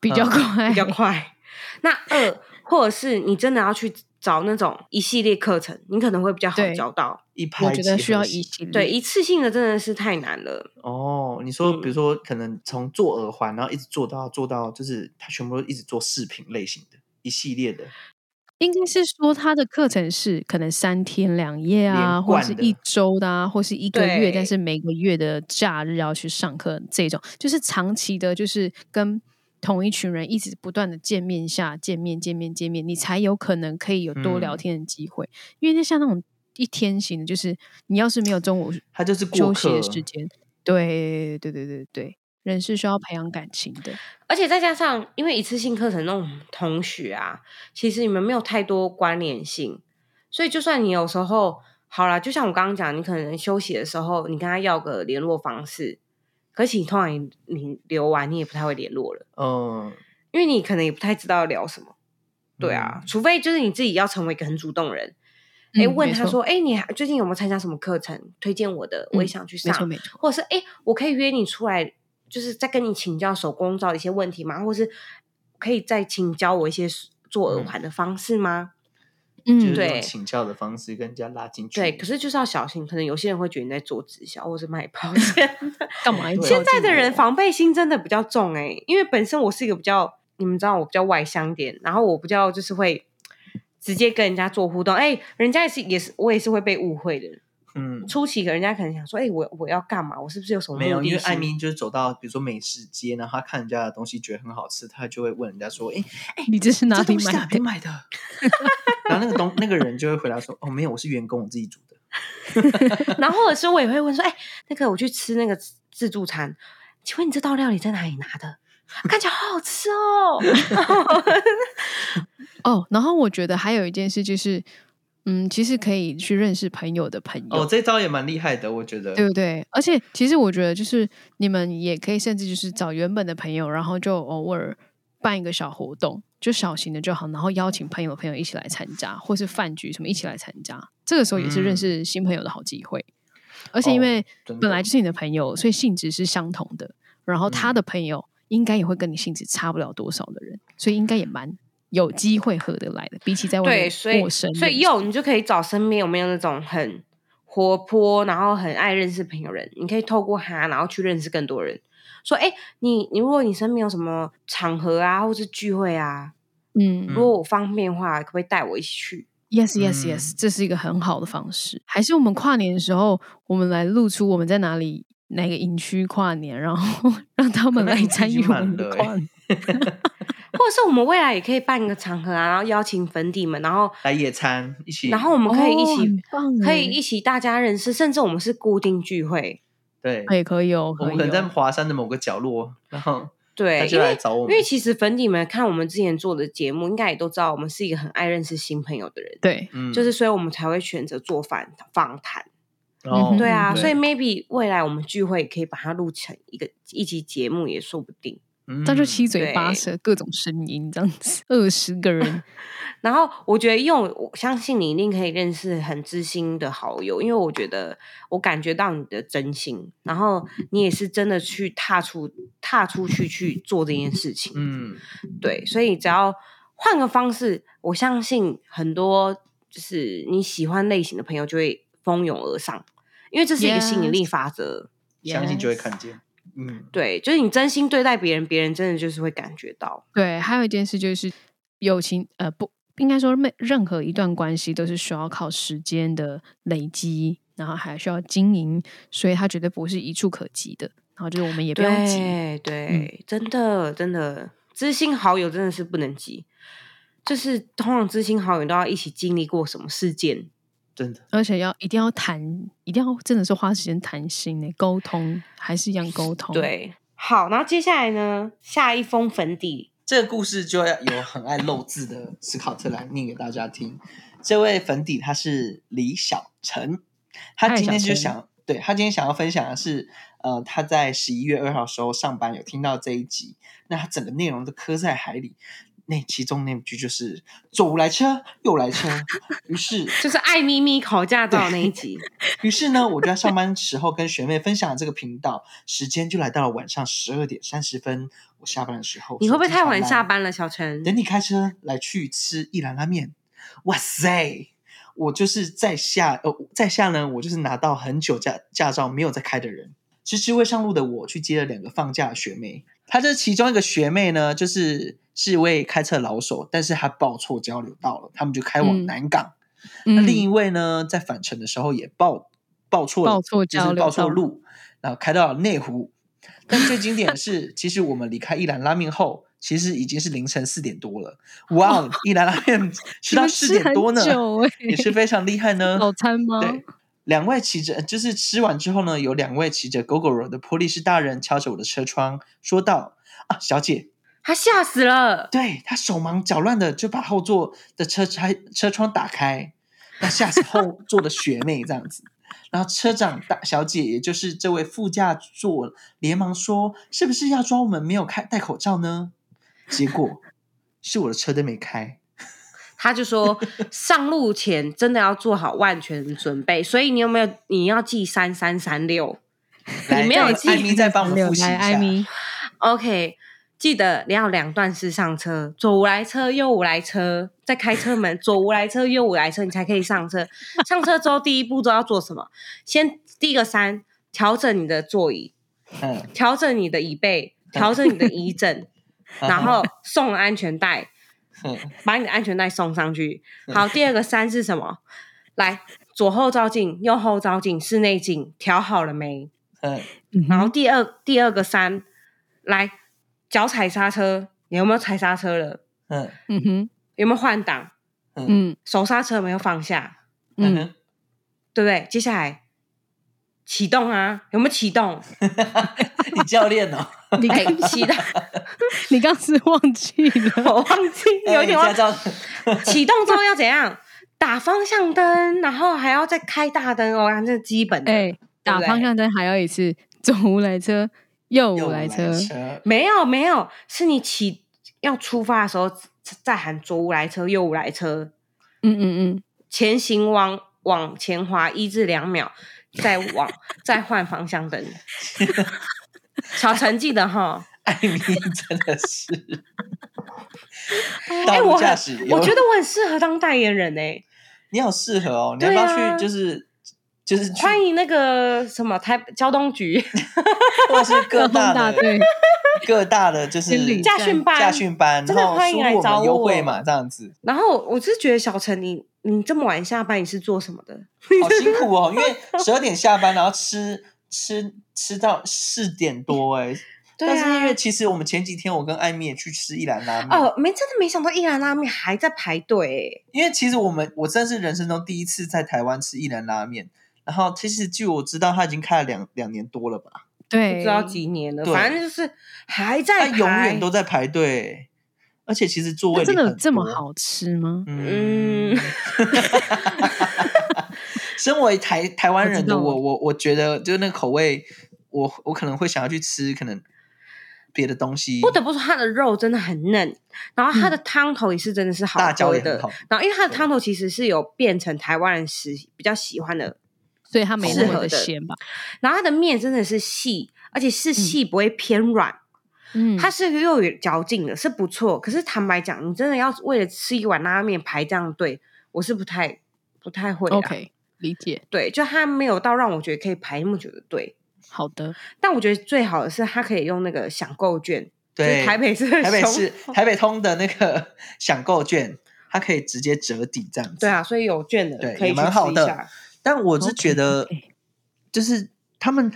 Speaker 3: 比较快，
Speaker 2: 嗯比较快。哎 <laughs> 那二，或者是你真的要去找那种一系列课程，你可能会比较好
Speaker 3: 对
Speaker 2: 交到。
Speaker 4: 一
Speaker 3: 我
Speaker 4: 拍
Speaker 3: 觉
Speaker 4: 即
Speaker 3: 得
Speaker 4: 合
Speaker 3: 需要
Speaker 4: 型
Speaker 3: 一系列。
Speaker 2: 对，一次性的真的是太难了。
Speaker 4: 哦。你说，
Speaker 2: 嗯
Speaker 4: 比如说，可能从做耳环，然后一直做到做到，就是他全部都一直做饰品类型的一系列的，
Speaker 3: 应该是说他的课程是可能三天两夜啊，
Speaker 4: 连
Speaker 3: 或
Speaker 4: 贯
Speaker 3: 是
Speaker 4: 的
Speaker 3: 一周的啊，或是一个月，
Speaker 2: 对
Speaker 3: 但是每个月的假日要去上课这种，就是长期的，就是跟同一群人一直不断的见面下见面见面见面，你才有可能可以有多聊
Speaker 4: 嗯
Speaker 3: 天的机会。因为那像那种一天型的，就是你要是没有中午
Speaker 4: 他就是过
Speaker 3: 休息
Speaker 4: 客
Speaker 3: 的时间，对对对对对，人是需要培养感情的。
Speaker 2: 而且再加上，因为一次性课程那种同学啊，其实你们没有太多关联性，所以就算你有时候好啦，就像我刚刚讲，你可能休息的时候，你跟他要个联络方式，可是你通常你你留完，你也不太会联络了，
Speaker 4: 嗯，
Speaker 2: 因为你可能也不太知道要聊什么。对啊，除非就是你自己要成为一个很主动的人，哎、
Speaker 3: 嗯
Speaker 2: 问
Speaker 3: 没
Speaker 2: 他
Speaker 3: 错
Speaker 2: 说，哎、你还最近有没有参加什么课程？推荐我的，我也
Speaker 3: 嗯
Speaker 2: 想去
Speaker 3: 没
Speaker 2: 上。
Speaker 3: 错没错，
Speaker 2: 或者是哎、诶我可以约你出来，就是再跟你请教手工皂的一些问题吗？或是可以再请教我一些做耳环的方式吗？
Speaker 4: 就是
Speaker 3: 嗯，
Speaker 4: 这
Speaker 2: 对
Speaker 4: 种请教的方式跟人家拉近距离。
Speaker 2: 对，可是就是要小心，可能有些人会觉得你在做直销或是卖 <laughs>
Speaker 3: <laughs>
Speaker 2: 保险。
Speaker 3: 干嘛一直
Speaker 4: 对
Speaker 3: 靠
Speaker 2: 现在
Speaker 3: 近
Speaker 2: 的
Speaker 3: 我
Speaker 2: 人防备心真的比较重哎、诶因为本身我是一个比较，你们知道我比较外向一点，然后我比较就是会。直接跟人家做互动，哎、人家也是也是我也是会被误会的，
Speaker 4: 嗯，
Speaker 2: 初期可能人家可能想说，哎、我我要干嘛？我是不是有什么
Speaker 4: 没有，
Speaker 2: 目
Speaker 4: 因为
Speaker 2: 的
Speaker 4: 艾
Speaker 2: 性？
Speaker 4: 米就是走到比如说美食街，然后他看人家的东西觉得很好吃，他就会问人家说：“哎、
Speaker 3: 你这是哪
Speaker 4: 这
Speaker 3: 里
Speaker 4: 东西
Speaker 2: 啊
Speaker 4: 哪
Speaker 3: 买
Speaker 4: 边
Speaker 3: 的？
Speaker 4: 买的？” <laughs> 然后那个东那个人就会回答说：“哦，没有，我是员工，我自己煮的。
Speaker 2: 然后或者是我也会问说，哎、那个我去吃那个自助餐，请问你这道料理在哪里拿的？啊看起来好好吃哦。
Speaker 3: 哦，然后我觉得还有一件事就是，嗯，其实可以去认识朋友的朋”友。
Speaker 4: 哦，这招也蛮厉害的，我觉得。
Speaker 3: 对不对？而且其实我觉得，就是你们也可以甚至就是找原本的朋友，然后就偶尔办一个小活动，就小型的就好，然后邀请朋友朋友一起来参加，或是饭局什么一起来参加。这个时候也是
Speaker 2: 嗯
Speaker 3: 认识新朋友的好机会。而
Speaker 2: 哦
Speaker 3: 且因为
Speaker 4: 真的
Speaker 3: 本来就是你的朋友，所以性质是相同的，然后
Speaker 2: 嗯
Speaker 3: 他的朋友应该也会跟你性质差不了多少的人，所以应该也蛮。有机会合得来的，比起在外
Speaker 2: 对，
Speaker 3: 面
Speaker 2: 所以
Speaker 3: 陌生人，
Speaker 2: 所以又你就可以找身边有没有那种很活泼，然后很爱认识朋友人，你可以透过他，然后去认识更多人。说，哎、你你如果你身边有什么场合啊，或是聚会啊，
Speaker 3: 嗯，
Speaker 2: 如果我方便的话，可不可以带我一起去？
Speaker 3: Yes, yes,
Speaker 4: 嗯
Speaker 3: yes，、这是一个很好的方式。还是我们跨年的时候，我们来露出我们在哪里哪个营区跨年，然后 <laughs> 让他们
Speaker 4: 可能
Speaker 3: 来
Speaker 4: 营区
Speaker 3: 参
Speaker 4: 已经
Speaker 3: 与我们
Speaker 4: 满
Speaker 3: 的
Speaker 4: 了
Speaker 3: 跨
Speaker 4: 欸 <laughs>
Speaker 3: 年。
Speaker 2: 或者是我们未来也可以办一个场合啊，然后邀请粉底们，然后
Speaker 4: 来野餐一起，
Speaker 2: 然后我们可以一
Speaker 3: 哦很
Speaker 2: 起、
Speaker 3: 棒
Speaker 2: 可
Speaker 3: 哎
Speaker 2: 以一起大家认识，甚至我们是固定聚会，
Speaker 4: 对，
Speaker 2: 哎
Speaker 3: 也可以哦，
Speaker 4: 我
Speaker 3: 可以
Speaker 4: 们
Speaker 3: 哦、
Speaker 4: 可能在华山的某个角落，然后
Speaker 2: 对
Speaker 4: 他，就
Speaker 2: 因
Speaker 4: 来
Speaker 2: 为
Speaker 4: 找我
Speaker 2: 因
Speaker 4: 们。
Speaker 2: 为其实粉底们看我们之前做的节目，应该也都知道我们是一个很爱认识新朋友的人，
Speaker 3: 对，
Speaker 4: 嗯
Speaker 2: 就是所以我们才会选择做访访谈。
Speaker 4: 哦，
Speaker 2: 对啊，
Speaker 3: 嗯
Speaker 2: 所以 maybe 未来我们聚会也可以把它录成一个一集节目也说不定。
Speaker 4: 嗯
Speaker 3: 那就七嘴
Speaker 2: 对
Speaker 3: 八舌各种声音这样子，二十个人
Speaker 2: 然后我觉得用，我相信你一定可以认识很知心的好友，因为我觉得我感觉到你的真心，然后你也是真的去踏出踏出去去做这件事情。，
Speaker 4: 嗯，
Speaker 2: 对，所以只要换个方式，我相信很多就是你喜欢类型的朋友就会蜂拥而上，因为这是一个吸引力
Speaker 3: Yes
Speaker 2: 法则。
Speaker 4: <laughs> 相信就会
Speaker 3: Yes
Speaker 4: 看见。嗯，
Speaker 2: 对，就是你真心对待别人，别人真的就是会感觉到。
Speaker 3: 对，还有一件事就是友情，呃，不应该说每任何一段关系都是需要靠时间的累积，然后还需要经营，所以它绝对不是一触可及的。然后就是我们也不用急，嗯
Speaker 2: 对对，真的真的，知心好友真的是不能急，就是通常知心好友都要一起经历过什么事件。
Speaker 4: 真的。
Speaker 3: 而且要一定要谈，一定要真的是花时间谈心呢、沟通还是一样沟通。，
Speaker 2: 对，好，然后接下来呢，下一封粉底
Speaker 4: 这个故事就要有很爱漏字的斯考特来念给大家听。这位粉底他是李小晨，他今天就
Speaker 3: 嗨小
Speaker 4: 想，对他今天想要分享的是，呃，他在十一月二号时候上班有听到这一集，那他整个内容都刻在海里。那其中那句就是左来车，右来车。于是
Speaker 2: 就是爱咪咪考驾照那一集。
Speaker 4: 于是呢，我就在上班时候跟学妹分享了这个频道，时间就来到了晚上十二点三十分。我下班的时候，
Speaker 2: 你会不会太晚下
Speaker 4: 班？
Speaker 2: 班了，小陈？
Speaker 4: 等你开车来去吃一兰拉面，哇塞！我就是在下呃，在下呢，我就是拿到很久驾驾照没有再开的人。迟迟未上路的我，去接了两个放假的学妹。她这其中一个学妹呢，就是是一位开车老手，但是她报错交流道了，他们就开往
Speaker 3: 嗯
Speaker 4: 南港。那
Speaker 3: 嗯，
Speaker 4: 另一位呢，在返程的时候也报报错了
Speaker 3: 报错
Speaker 4: 就是
Speaker 3: 交流
Speaker 4: 报错
Speaker 3: 道
Speaker 4: 路，然后开到了内湖。但最经典
Speaker 3: <laughs>
Speaker 4: 的是，其实我们离开一兰拉面后，其实已经是凌晨四点多了。哇哦，一兰拉
Speaker 3: <laughs>
Speaker 4: 面吃
Speaker 3: 你
Speaker 4: 到
Speaker 3: 们
Speaker 4: 四
Speaker 3: 吃
Speaker 4: 点
Speaker 3: 很
Speaker 4: 多呢，
Speaker 3: 久欸
Speaker 4: 也是非常厉害呢。
Speaker 3: 早餐吗？
Speaker 4: <laughs> 对，两位骑着呃就是吃完之后呢，有两位骑着 GoGo 肉的波利士大人敲着我的车窗，说道：“啊，小姐，
Speaker 2: 他吓死了，
Speaker 4: 对他手忙脚乱的就把后座的车拆车窗打开，那吓死后座的学妹这样子。然后车长大小姐，也就是这位副驾座，连忙说：“是不是要抓我们没有开戴口罩呢？”结果是我的车灯
Speaker 2: <laughs>
Speaker 4: 没开，
Speaker 2: 他
Speaker 3: <laughs>
Speaker 2: 就说上路前真的要做好万全准备，所以你有没有你要记三三三六
Speaker 4: 来，
Speaker 2: 没有
Speaker 4: 再
Speaker 2: 记
Speaker 4: 艾米再帮我们复习一
Speaker 3: 来，
Speaker 4: 下。
Speaker 3: 艾
Speaker 4: <laughs>
Speaker 3: 米，
Speaker 2: ？OK，记得要两段式上车，左无来车，右无来车，再开车门，左无来车，右无来车，你才可以上车。上车之后第一步骤要做什么？先第一个三，调整你的座椅，
Speaker 4: 嗯，
Speaker 2: 调整你的椅背，调整你的椅枕，然后送安全带。
Speaker 4: 嗯
Speaker 2: 把你的安全带送上去。好，第二个三是什么？来左后照镜、右后照镜、室内镜调好了没？
Speaker 4: 嗯，
Speaker 2: 然后第二第二个三，来脚踩刹车，你有没有踩刹车了？
Speaker 4: 嗯
Speaker 3: 嗯哼，
Speaker 2: 有没有换挡？
Speaker 4: 嗯
Speaker 3: 嗯
Speaker 2: 手刹车有没有放下？
Speaker 3: 嗯，
Speaker 4: 嗯 <laughs> 哼，
Speaker 2: 对不对？接下来启动啊，有没有启动？
Speaker 4: 你教练
Speaker 2: <laughs>
Speaker 4: 哦，
Speaker 3: 你
Speaker 2: 哎、
Speaker 3: 刚
Speaker 2: 启动，
Speaker 3: <laughs>
Speaker 2: <laughs>
Speaker 3: 你刚是忘记了，
Speaker 2: 我忘记，有一点
Speaker 4: 哎
Speaker 2: 忘
Speaker 4: 你驾
Speaker 2: 记。
Speaker 4: 照，
Speaker 2: 启动之后要怎样？打方向灯，然后还要再开大灯哦，这是基本的。
Speaker 3: 哎，打
Speaker 2: 对
Speaker 3: 方向灯还要一次，左无来车，右
Speaker 4: 又
Speaker 3: 无
Speaker 4: 来
Speaker 3: 来车，
Speaker 4: 车，
Speaker 2: 没有没有，是你起要出发的时候再喊左五来车，右五来车，
Speaker 3: 嗯嗯
Speaker 2: 前行往往前滑一至两秒，再往 <laughs> 再换方向灯。 <laughs> 小陈记得哈，
Speaker 4: 艾米真的是
Speaker 2: <laughs> 哎、
Speaker 4: 道
Speaker 2: 我
Speaker 4: 路
Speaker 2: 很
Speaker 4: 驾驶，有
Speaker 2: 我觉得我很适合当代言人哎、
Speaker 4: 你好适合哦，你要
Speaker 2: 对
Speaker 4: 不要
Speaker 2: 啊
Speaker 4: 去就是就是去，
Speaker 2: 欢迎那个什么台交通局 <laughs>
Speaker 4: 或者是各
Speaker 3: 嗯，
Speaker 4: 大
Speaker 3: 大
Speaker 4: 的
Speaker 3: 队，
Speaker 4: 各大的就
Speaker 3: 先
Speaker 4: 是
Speaker 3: 领
Speaker 2: 驾训班
Speaker 4: 驾训班，
Speaker 2: 真的
Speaker 4: 然后
Speaker 2: 欢迎
Speaker 4: 输
Speaker 2: 来
Speaker 4: 入我
Speaker 2: 找
Speaker 4: 们优惠
Speaker 2: 我
Speaker 4: 嘛，这
Speaker 2: <laughs>
Speaker 4: 样子
Speaker 2: 然后我是觉得小陈你你这么晚下班你是做什么的？
Speaker 4: 好辛苦哦，因为十二点下班，然后吃吃吃到四点多哎、
Speaker 2: 对
Speaker 4: 但是因
Speaker 2: 啊
Speaker 4: 为。其实我们前几天我跟艾米也去吃一兰拉面，
Speaker 2: 哦，没真的没想到一兰拉面还在排队、欸
Speaker 4: 因为其实我们我真是人生中第一次在台湾吃一兰拉面，然后其实据我知道，它已经开了两两年多了吧，
Speaker 2: 欸，
Speaker 3: 对，
Speaker 2: 不知道几年了，
Speaker 4: 对
Speaker 2: 反正就是还
Speaker 4: 它
Speaker 2: 在排。
Speaker 4: 永远都在排队，而且其实座位
Speaker 3: 那
Speaker 4: 里
Speaker 3: 真的有
Speaker 4: 很
Speaker 3: 这么
Speaker 4: 多？
Speaker 3: 好吃吗？
Speaker 4: 嗯
Speaker 2: 嗯，
Speaker 4: 身为台台湾人的
Speaker 3: 我知道
Speaker 4: 我，我我觉得就是那个口味，我我可能会想要去吃可能别的东西，
Speaker 2: 不得不说，它的肉真的很嫩，然后它的汤头也是真的是好
Speaker 4: 嗯辣椒
Speaker 2: 喝
Speaker 4: 也很
Speaker 2: 的
Speaker 4: 好。
Speaker 2: 然后因为它的汤头其实是有变成台湾人喜比较喜欢的，
Speaker 3: 所以它没那
Speaker 2: 适
Speaker 3: 么
Speaker 2: 合
Speaker 3: 的
Speaker 2: 的
Speaker 3: 咸吧？
Speaker 2: 然后它的面真的是细，而且
Speaker 4: 嗯
Speaker 2: 是细不会偏软，
Speaker 3: 嗯，
Speaker 2: 它是又有嚼劲的，是不错。可是坦白讲，你真的要为了吃一碗拉面排这样队，我是不太不太会啦。
Speaker 3: OK 理解，
Speaker 2: 对，就它没有到让我觉得可以排那么久的队。
Speaker 3: 好的，
Speaker 2: 但我觉得最好的是，它可以用那个享购券，就
Speaker 4: 对，
Speaker 2: 是台北市的
Speaker 4: 台北
Speaker 2: 熊
Speaker 4: 市台北通的那个 <laughs> 享购券，它可以直接折抵这样子。
Speaker 2: 对啊，所以有券的
Speaker 4: 对
Speaker 2: 可以
Speaker 4: 也
Speaker 2: 去
Speaker 4: 蛮好
Speaker 2: 吃一
Speaker 4: 的
Speaker 2: 下。
Speaker 4: 但我是觉得
Speaker 3: OK，OK
Speaker 4: 就是他们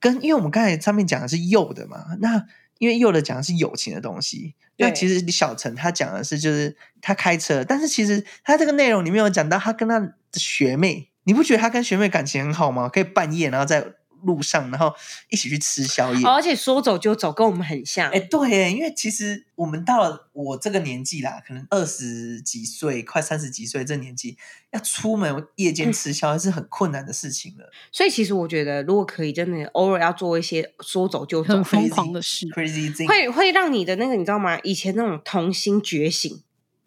Speaker 4: 跟，因为我们刚才上面讲的是右的嘛，那因为右的讲的是友情的东西，那
Speaker 2: 对
Speaker 4: 其实小陈他讲的是就是他开车，但是其实他这个内容里面有讲到他跟他的学妹，你不觉得他跟学妹感情很好吗？可以半夜然后在路上，然后一起去吃宵夜。
Speaker 2: 哦而且说走就走，跟我们很像。
Speaker 4: 哎、对耶，因为其实我们到了我这个年纪啦，可能二十几岁、快三十几岁这年纪，要出门
Speaker 2: <laughs>
Speaker 4: 夜间吃宵夜是很困难的事情了。
Speaker 2: 所以其实我觉得，如果可以，真的偶尔要做一些说走就走
Speaker 3: 很，疯
Speaker 4: crazy
Speaker 3: 狂的事，
Speaker 4: Crazy thing，
Speaker 2: 会会让你的那个你知道吗？以前那种童心觉醒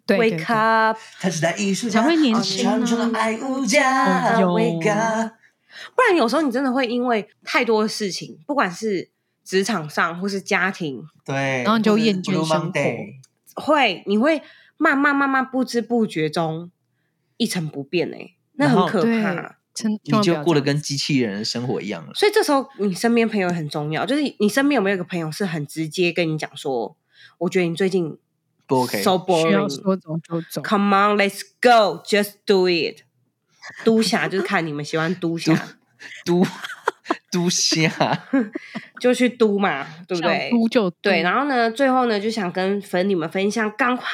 Speaker 3: 对对
Speaker 2: ，wake up，
Speaker 4: 它是在艺术
Speaker 3: 才
Speaker 4: 家
Speaker 3: 会年
Speaker 4: 哦
Speaker 3: 轻
Speaker 4: 传
Speaker 3: 啊
Speaker 4: 承了爱无价
Speaker 3: 哎呦
Speaker 4: ，Wake up，
Speaker 2: 不然有时候你真的会因为太多的事情，不管是职场上或是家庭，
Speaker 4: 对，
Speaker 3: 然后你就
Speaker 4: 或者是
Speaker 3: 厌倦
Speaker 4: Blue
Speaker 3: 生活
Speaker 4: Monday
Speaker 2: 会你会慢慢慢慢不知不觉中一成不变哎、那
Speaker 4: 然
Speaker 2: 很
Speaker 4: 后
Speaker 2: 可
Speaker 3: 对
Speaker 2: 怕。
Speaker 3: 真千
Speaker 4: 你
Speaker 3: 万不
Speaker 4: 就
Speaker 3: 要
Speaker 4: 过得
Speaker 3: 这样
Speaker 4: 跟机器人的生活一样了。 <laughs>
Speaker 2: 所以这时候你身边朋友很重要，就是你身边有没有一个朋友是很直接跟你讲说，我觉得你最近
Speaker 4: 不 OK
Speaker 2: so
Speaker 3: 需
Speaker 2: boring，
Speaker 3: 要说走就走，
Speaker 2: Come on, let's go, just do it。嘟侠就是看你们喜欢嘟侠，
Speaker 4: 嘟嘟虾，
Speaker 2: <laughs> 就去嘟嘛，对不
Speaker 3: 想
Speaker 2: 对？
Speaker 3: 嘟就嘟
Speaker 2: 对，然后呢，最后呢，就想跟粉你们分享，赶快！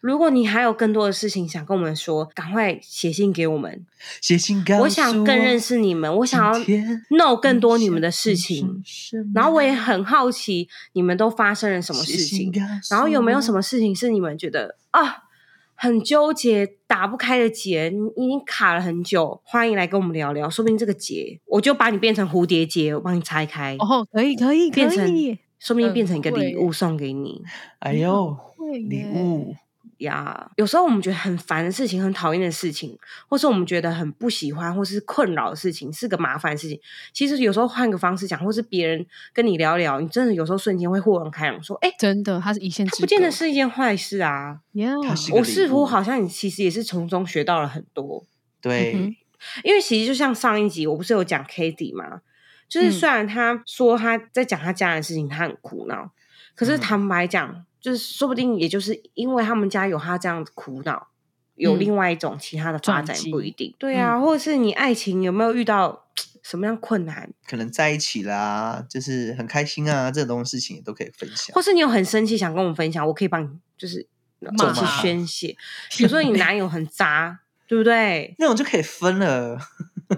Speaker 2: 如果你还有更多的事情想跟我们说，赶快写信给我们。
Speaker 4: 写信告诉
Speaker 2: 我想更认识你们，我想要 know 更多你们的事情。，然后我也很好奇，你们都发生了什
Speaker 4: 什
Speaker 2: 么事情？然后有没
Speaker 3: 嗯
Speaker 2: 有什么事情是你们觉得啊很纠结、打不开的结，你已经卡了很久？欢迎来跟我们聊聊，说不定这个结，我就把你变成蝴蝶结，我帮你拆开，
Speaker 3: 哦，可以可以
Speaker 2: 变
Speaker 3: 可
Speaker 2: 成
Speaker 3: 以
Speaker 2: 说不定变成一个
Speaker 3: 很
Speaker 2: 礼
Speaker 3: 会
Speaker 2: 物送给你
Speaker 4: 哎呦，
Speaker 3: 会
Speaker 2: 嗯
Speaker 4: 礼
Speaker 3: 耶
Speaker 4: 物，
Speaker 2: 呀。有时候我们觉得很烦的事情、很讨厌的事情，或是我们觉得很不喜欢，或是困扰的事情，是个麻烦的事情。其实有时候换个方式讲，或是别人跟你聊聊，你真的有时候瞬间会豁然开朗，说：“哎、
Speaker 3: 真的，它是一线
Speaker 2: 它
Speaker 3: 之
Speaker 2: 不见得
Speaker 3: 隔
Speaker 2: 是一件坏事啊。”
Speaker 4: 它
Speaker 3: Yeah，嗯
Speaker 4: 是一个
Speaker 2: 我
Speaker 4: 礼
Speaker 2: 似乎
Speaker 4: 物
Speaker 2: 好像你其实也是从中学到了很多，
Speaker 4: 对
Speaker 3: 嗯，
Speaker 2: 因为其实就像上一集我不是有讲 Kitty 吗？就是
Speaker 3: 嗯
Speaker 2: 虽然他说他在讲他家人的事情，他很苦恼，可是
Speaker 4: 嗯
Speaker 2: 坦白讲，就是说不定也就是因为他们家有他这样子苦恼，有
Speaker 3: 嗯
Speaker 2: 另外一种其他的发
Speaker 3: 转
Speaker 2: 展
Speaker 3: 机嗯
Speaker 2: 不一定。对啊，或者是你爱情有没有遇到什么样困难，
Speaker 4: 可能在一起啦，就是很开心啊，这种事情也都可以分享
Speaker 2: 或。是你有很生气想跟我们分享，我可以帮你就是
Speaker 3: 骂
Speaker 2: 就是
Speaker 4: 他
Speaker 2: 宣泄。比如说你男友很渣，对不对？
Speaker 4: 那种就可以分了，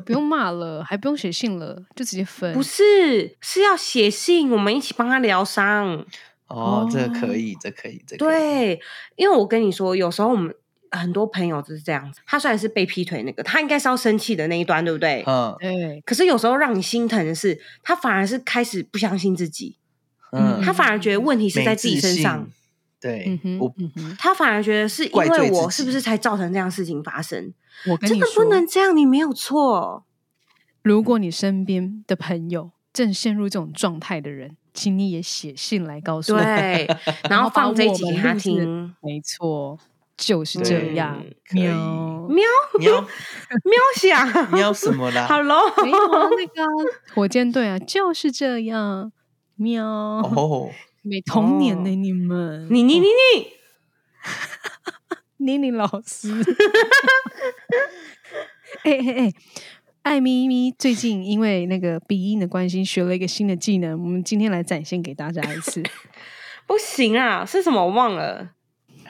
Speaker 3: 不用骂了，还不用写信了，就直接分。
Speaker 2: 不是，是要写信，我们一起帮他疗伤。
Speaker 4: 哦
Speaker 3: 哦，
Speaker 4: 这可以，这可以，这可以。
Speaker 2: 对，因为我跟你说，有时候我们很多朋友就是这样子，他虽然是被劈腿那个，他应该是要生气的那一端，对不对？
Speaker 4: 嗯，
Speaker 3: 对，
Speaker 2: 可是有时候让你心疼的是，他反而是开始不相信自己，
Speaker 4: 嗯
Speaker 3: 嗯
Speaker 2: 他反而觉得问题是
Speaker 4: 没
Speaker 2: 在自己
Speaker 4: 自
Speaker 2: 身
Speaker 4: 信
Speaker 2: 上，
Speaker 4: 对
Speaker 3: 嗯，哼，
Speaker 4: 我
Speaker 3: 嗯哼，
Speaker 2: 他反而觉得是因
Speaker 4: 怪罪
Speaker 2: 为
Speaker 4: 自
Speaker 2: 我是不
Speaker 4: 己
Speaker 2: 是才造成这样的事情发生？
Speaker 3: 我跟
Speaker 2: 真
Speaker 3: 你
Speaker 2: 的
Speaker 3: 说，
Speaker 2: 不能这样，你没有
Speaker 4: <laughs>
Speaker 2: 错。
Speaker 3: 如果你身边的朋友正陷入这种状态的人，请你也写信来告诉我。
Speaker 2: 对，然后
Speaker 3: 把
Speaker 2: 放这一
Speaker 3: 我
Speaker 2: 集
Speaker 3: 们
Speaker 2: 给他
Speaker 3: 录制
Speaker 2: 听。
Speaker 3: <laughs> 没错，就是这
Speaker 4: 对
Speaker 3: 样。
Speaker 4: 可以
Speaker 3: 喵，
Speaker 2: 喵
Speaker 4: 你
Speaker 2: <laughs>
Speaker 4: 要
Speaker 2: 喵想，
Speaker 4: <laughs> <laughs> 你要什么啦？
Speaker 2: ？Hello，
Speaker 3: 没
Speaker 4: <laughs>
Speaker 3: 有啊那个啊火箭队啊，就是这样。喵，
Speaker 4: 哦，
Speaker 3: 没童年呢、
Speaker 2: 哦
Speaker 3: 你们，
Speaker 2: 你你你你，
Speaker 3: 妮妮老师。 <laughs> 哎哎哎，艾咪咪最近因为那个鼻音的关系，学了一个新的技能，我们今天来展现给大家一次
Speaker 2: 不行啊，是什么我忘了。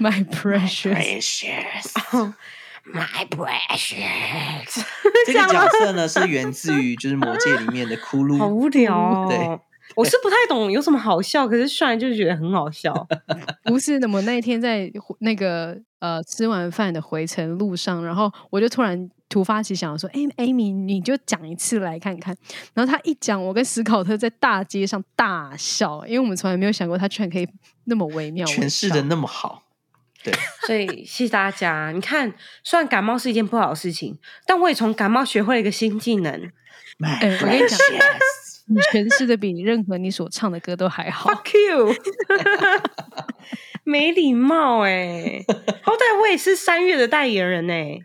Speaker 3: ，My precious。
Speaker 2: My precious，
Speaker 4: 这个角色呢是源自于就是魔界里面的骷
Speaker 2: 好
Speaker 4: 髅，
Speaker 2: 无聊
Speaker 3: 嗯
Speaker 2: 哦。
Speaker 4: 对
Speaker 2: 我是不太懂有什么好笑，可是帅就觉得很好
Speaker 3: <laughs>
Speaker 2: 笑。
Speaker 3: 不是的，我那一天在回那个呃吃完饭的回程路上，然后我就突然突发奇想说：“哎、艾米，你就讲一次来看看。”然后他一讲，我跟史考特在大街上大笑，因为我们从来没有想过他居然可以那么微妙
Speaker 4: 诠释的
Speaker 3: 微笑
Speaker 4: 那么好，对，
Speaker 2: 所以谢谢大家。你看，虽然感冒是一件不好的事情，但我也从感冒学会了一个新技能。
Speaker 3: 哎、我跟你讲，
Speaker 4: Yes
Speaker 3: 你诠释的比任何你所唱的歌都还
Speaker 2: <laughs>
Speaker 3: 好。
Speaker 2: Fuck
Speaker 3: <laughs>
Speaker 2: you！没礼貌哎、好歹我也是三月的代言人哎、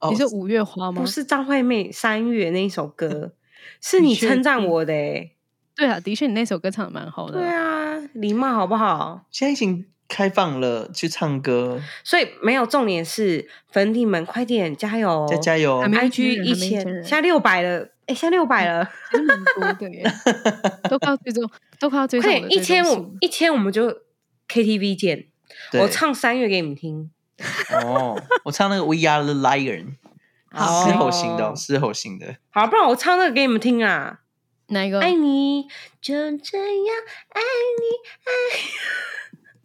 Speaker 4: 哦
Speaker 3: 你是五月花吗？
Speaker 2: 不是张惠妹《三月》那一首歌，是你
Speaker 3: 你确定
Speaker 2: 称赞我的哎、
Speaker 3: 对啊，的确，你那首歌唱的蛮好的。
Speaker 2: 对，啊，礼貌好不好？
Speaker 4: 现在已经开放了，去唱歌，
Speaker 2: 所以没有重点是粉底们快点加油，
Speaker 4: 再加油
Speaker 2: 哦
Speaker 3: 还，没一千
Speaker 2: IG
Speaker 3: 人
Speaker 2: 一
Speaker 3: 还没一
Speaker 2: 千
Speaker 3: 千，人
Speaker 2: 现在六百了，哎、现在六
Speaker 3: 嗯
Speaker 2: 百了，
Speaker 3: 其实蛮多的
Speaker 2: <laughs>
Speaker 3: 耶，都快要追踪，都快要追
Speaker 2: 快
Speaker 3: 踪我的
Speaker 2: 点一
Speaker 3: 追踪
Speaker 2: 千
Speaker 3: 数
Speaker 2: 我一千我们就 KTV 见，
Speaker 4: 对
Speaker 2: 我唱三月给你们听，
Speaker 4: 哦，我唱那个 We Are the Lion，
Speaker 2: 好
Speaker 4: 嘶吼型的哦，嘶吼型的，
Speaker 2: 好，不然我唱那个给你们听啊，
Speaker 3: 哪一个？
Speaker 2: 爱你就这样爱你，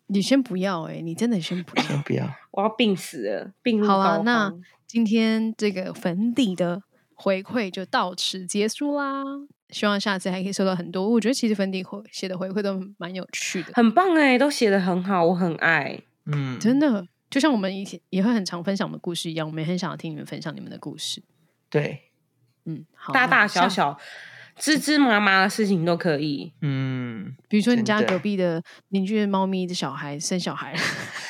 Speaker 3: 你先不要哎、你真的先
Speaker 2: <laughs>
Speaker 3: 不
Speaker 4: 先
Speaker 3: 要。
Speaker 4: 不要，
Speaker 2: 我要病死了，病入
Speaker 3: 好
Speaker 2: 膏
Speaker 3: 啊，
Speaker 2: 肓。
Speaker 3: 那今天这个粉底的回馈就到此结束啦。希望下次还可以收到很多。我觉得其实粉底回写的回馈都蛮有趣的，
Speaker 2: 很棒哎、都写的很好，我很爱。
Speaker 4: 嗯，
Speaker 3: 真的。就像我们以前也会很常分享我们的故事一样，我们也很想要听你们分享你们的故事。
Speaker 4: 对，
Speaker 3: 嗯，好，
Speaker 2: 大
Speaker 3: 那
Speaker 2: 大小
Speaker 3: 下，
Speaker 2: 小、芝芝麻麻的事情都可以。
Speaker 4: 嗯，
Speaker 3: 比如说你
Speaker 4: 真
Speaker 3: 家
Speaker 4: 的
Speaker 3: 隔壁的邻居的猫咪的小孩生小孩了，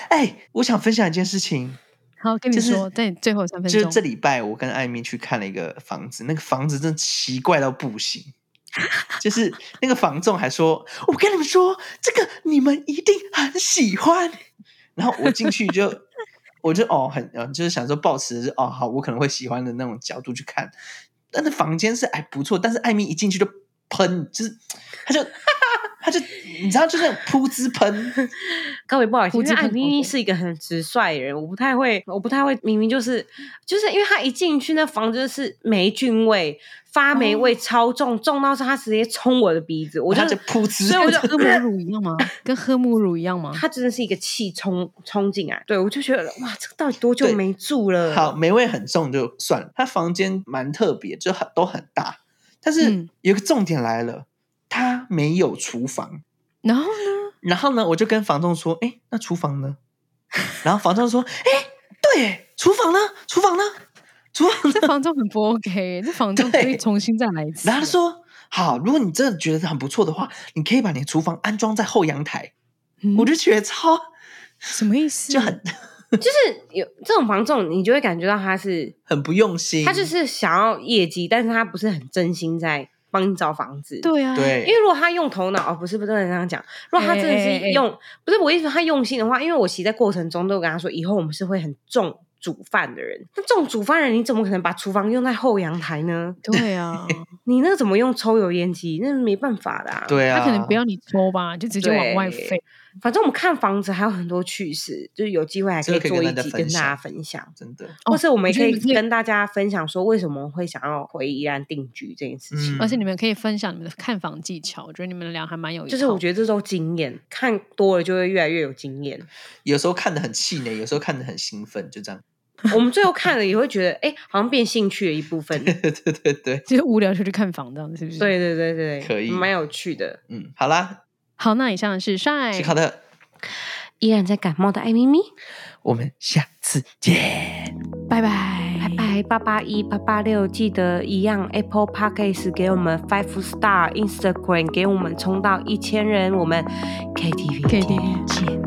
Speaker 4: 哎，我想分享一件事情，
Speaker 3: 好跟你
Speaker 4: 就是
Speaker 3: 说，在你最后三分
Speaker 4: 就是
Speaker 3: 钟，
Speaker 4: 这礼拜我跟艾米去看了一个房子，那个房子真的奇怪到不行。就是那个房仲还说：“我跟你们说，这个你们一定很喜欢。”然后我进去就，我就哦，很呃，就是想说，抱持着哦，好，我可能会喜欢的那种角度去看。但那房间是哎不错，但是艾米一进去就喷，就是他就他就你知道，就那种噗滋喷，
Speaker 2: 各位不好意思，
Speaker 3: 胡
Speaker 2: 因
Speaker 3: 子
Speaker 2: 为艾
Speaker 3: 碰
Speaker 2: 明
Speaker 3: 头
Speaker 2: 明
Speaker 3: 头
Speaker 2: 是一个很直率的人，我不太会，我不太会，明明就是就是因为他一进去那房子就是霉菌味、发霉味超重，重到是他直接冲我的鼻子，我
Speaker 4: 然
Speaker 2: 就
Speaker 4: 后就噗滋，
Speaker 2: 所以我就
Speaker 3: 跟喝母乳一样吗？跟喝母乳一样吗？
Speaker 2: 他真的是一个气冲冲进来，对我就觉得哇，这个到底多久
Speaker 4: 对
Speaker 2: 没住了？
Speaker 4: 好， <laughs> 霉味很重就算了，他房间蛮特别，就很都很大，但是
Speaker 3: 嗯
Speaker 4: 有一个重点来了，他没有厨房。
Speaker 3: 然后呢？
Speaker 4: 然后呢，我就跟房东说：“哎，那厨房呢？” <laughs> 然后房东说：“哎，对耶，厨房呢？厨房呢？厨房呢
Speaker 3: 这房仲很不 OK，这房仲可以
Speaker 4: 对
Speaker 3: 重新再来一？”次。
Speaker 4: 然后他说：“好，如果你真的觉得很不错的话，你可以把你的厨房安装在后阳台。
Speaker 3: 嗯
Speaker 4: 我就觉得超
Speaker 3: 什么意思？
Speaker 4: 就很
Speaker 2: 就是有这种房仲，你就会感觉到他是
Speaker 4: 很不用心，
Speaker 2: 他就是想要业绩，但是他不是很真心在帮你找房子。
Speaker 3: 对啊， <laughs>
Speaker 4: 对，
Speaker 2: 因为如果他用头脑，哦，不是不是不能这样讲。如果他真的
Speaker 3: 哎哎哎
Speaker 2: 是
Speaker 3: 哎
Speaker 2: 用，不是我意思，他用心的话，因为我其实在过程中都有跟他说，以后我们是会很重煮饭的人。那这种煮饭人，你怎么可能把厨房用在后阳台呢？
Speaker 3: 对啊，
Speaker 2: 你那怎么用抽油烟机？那没办法的、啊。
Speaker 4: 对啊，
Speaker 3: 他可能不要你抽吧，就直接往外
Speaker 2: 对
Speaker 3: 飞。
Speaker 2: 反正我们看房子还有很多趣事，就是有机会还可以
Speaker 4: 这个可以
Speaker 2: 做一
Speaker 4: 跟大
Speaker 2: 集
Speaker 4: 家
Speaker 2: 跟
Speaker 4: 分
Speaker 2: 大
Speaker 4: 享
Speaker 2: 家分享，
Speaker 4: 真的，
Speaker 3: 哦
Speaker 2: 或是我们
Speaker 3: 我
Speaker 2: 也
Speaker 3: 觉
Speaker 2: 可
Speaker 3: 得你
Speaker 2: 以
Speaker 3: 可以
Speaker 2: 跟大家分享说为什么会想要回宜兰定居这件事情。
Speaker 4: 嗯，
Speaker 3: 而且你们可以分享你们的看房技巧，我觉得你们俩还蛮有一套。
Speaker 2: 就是我觉得这都经验，看多了就会越来越有经验。
Speaker 4: 有时候看得很气馁，有时候看得很兴奋，就这样。 <laughs>
Speaker 2: 我们最后看了也会觉得，哎、好像变兴趣的一部分。对
Speaker 4: 对对对对，
Speaker 3: 就是无聊就去看房，这样子是不是？。
Speaker 2: 对对对，
Speaker 4: 可以
Speaker 2: 蛮有趣的。
Speaker 4: 嗯，好啦，
Speaker 3: 好，那以上是帅
Speaker 4: 是。好的，
Speaker 2: 依然在感冒的艾咪咪，
Speaker 4: 我们下次见。
Speaker 3: 拜拜，
Speaker 2: 拜。拜八八一八八六，记得一样 Apple Podcast 给我们 five star，Instagram 给我们冲到一千人，我们 KTV 见
Speaker 3: KTV 见。